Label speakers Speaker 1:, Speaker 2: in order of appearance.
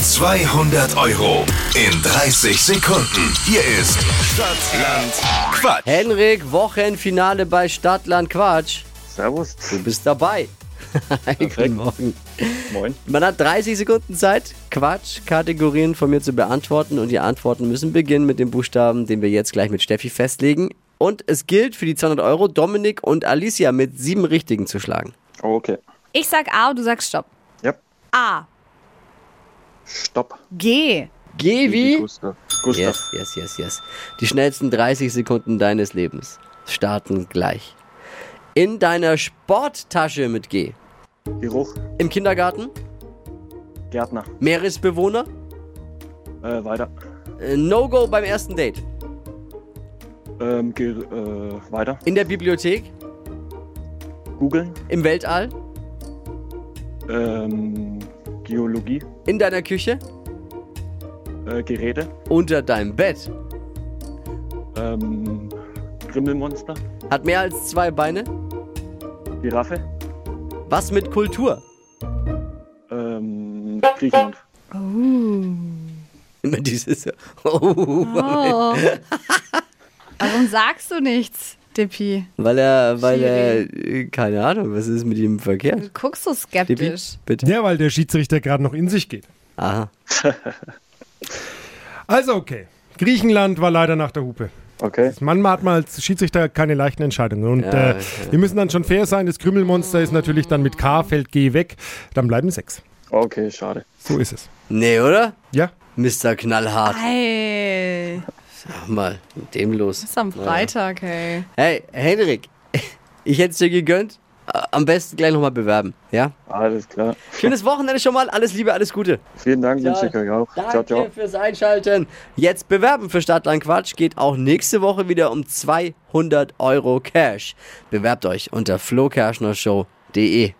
Speaker 1: 200 Euro in 30 Sekunden. Hier ist Stadtland Quatsch.
Speaker 2: Henrik, Wochenfinale bei Stadtland Quatsch.
Speaker 3: Servus.
Speaker 2: Du bist dabei. Hi, Guten Morgen.
Speaker 3: Moin.
Speaker 2: Man hat 30 Sekunden Zeit, Quatsch-Kategorien von mir zu beantworten. Und die Antworten müssen beginnen mit dem Buchstaben, den wir jetzt gleich mit Steffi festlegen. Und es gilt für die 200 Euro, Dominik und Alicia mit sieben Richtigen zu schlagen.
Speaker 3: Oh, okay.
Speaker 4: Ich sag A und du sagst Stopp.
Speaker 3: Ja.
Speaker 4: A.
Speaker 3: Stopp.
Speaker 4: G.
Speaker 2: Geh wie?
Speaker 3: Gustav. Gustav.
Speaker 2: Yes, yes, yes, yes. Die schnellsten 30 Sekunden deines Lebens starten gleich. In deiner Sporttasche mit G.
Speaker 3: Geruch.
Speaker 2: Im Kindergarten,
Speaker 3: Gärtner.
Speaker 2: Meeresbewohner,
Speaker 3: Äh, weiter.
Speaker 2: äh, No-Go beim ersten Date,
Speaker 3: Ähm, ge äh, weiter.
Speaker 2: in der Bibliothek,
Speaker 3: Googeln.
Speaker 2: im Weltall,
Speaker 3: Ähm, Geologie.
Speaker 2: in deiner Küche,
Speaker 3: Äh, Geräte.
Speaker 2: unter deinem Bett.
Speaker 3: Ähm, Grimmelmonster.
Speaker 2: Hat mehr als zwei Beine.
Speaker 3: Giraffe.
Speaker 2: Was mit Kultur?
Speaker 3: Ähm, Griechenland.
Speaker 2: Immer dieses. Oh,
Speaker 4: Oh. Warum sagst du nichts, Dippi?
Speaker 2: weil er, weil er, äh, keine Ahnung, was ist mit ihm verkehrt?
Speaker 4: Du guckst so
Speaker 2: Dippi,
Speaker 4: skeptisch.
Speaker 2: bitte.
Speaker 5: Ja, weil der Schiedsrichter gerade noch in sich geht.
Speaker 2: Aha.
Speaker 5: Also okay. Griechenland war leider nach der Hupe.
Speaker 3: Okay.
Speaker 5: Manchmal hat man als Schiedsrichter keine leichten Entscheidungen. Und
Speaker 2: Ja,
Speaker 5: äh,
Speaker 2: ja.
Speaker 5: wir müssen dann schon fair sein. Das Krümelmonster ist natürlich dann mit K, fällt G weg. Dann bleiben sechs.
Speaker 3: Okay, schade.
Speaker 5: So ist es.
Speaker 2: Nee, oder?
Speaker 5: Ja,
Speaker 2: Mr. Knallhart.
Speaker 4: Ey,
Speaker 2: Mach mal mit dem los.
Speaker 4: ist am Freitag, ey.
Speaker 2: Hey, Henrik, ich hätte es dir gegönnt. Ä- Am besten gleich nochmal bewerben, ja?
Speaker 3: Alles klar.
Speaker 2: Schönes Wochenende schon mal. Alles Liebe, alles Gute.
Speaker 3: Vielen Dank, wünsche ich euch auch.
Speaker 2: Danke
Speaker 3: Ciao, ciao.
Speaker 2: fürs Einschalten. Jetzt bewerben für Stadtland Quatsch geht auch nächste Woche wieder um 200 Euro Cash. Bewerbt euch unter flokerschnershow.de.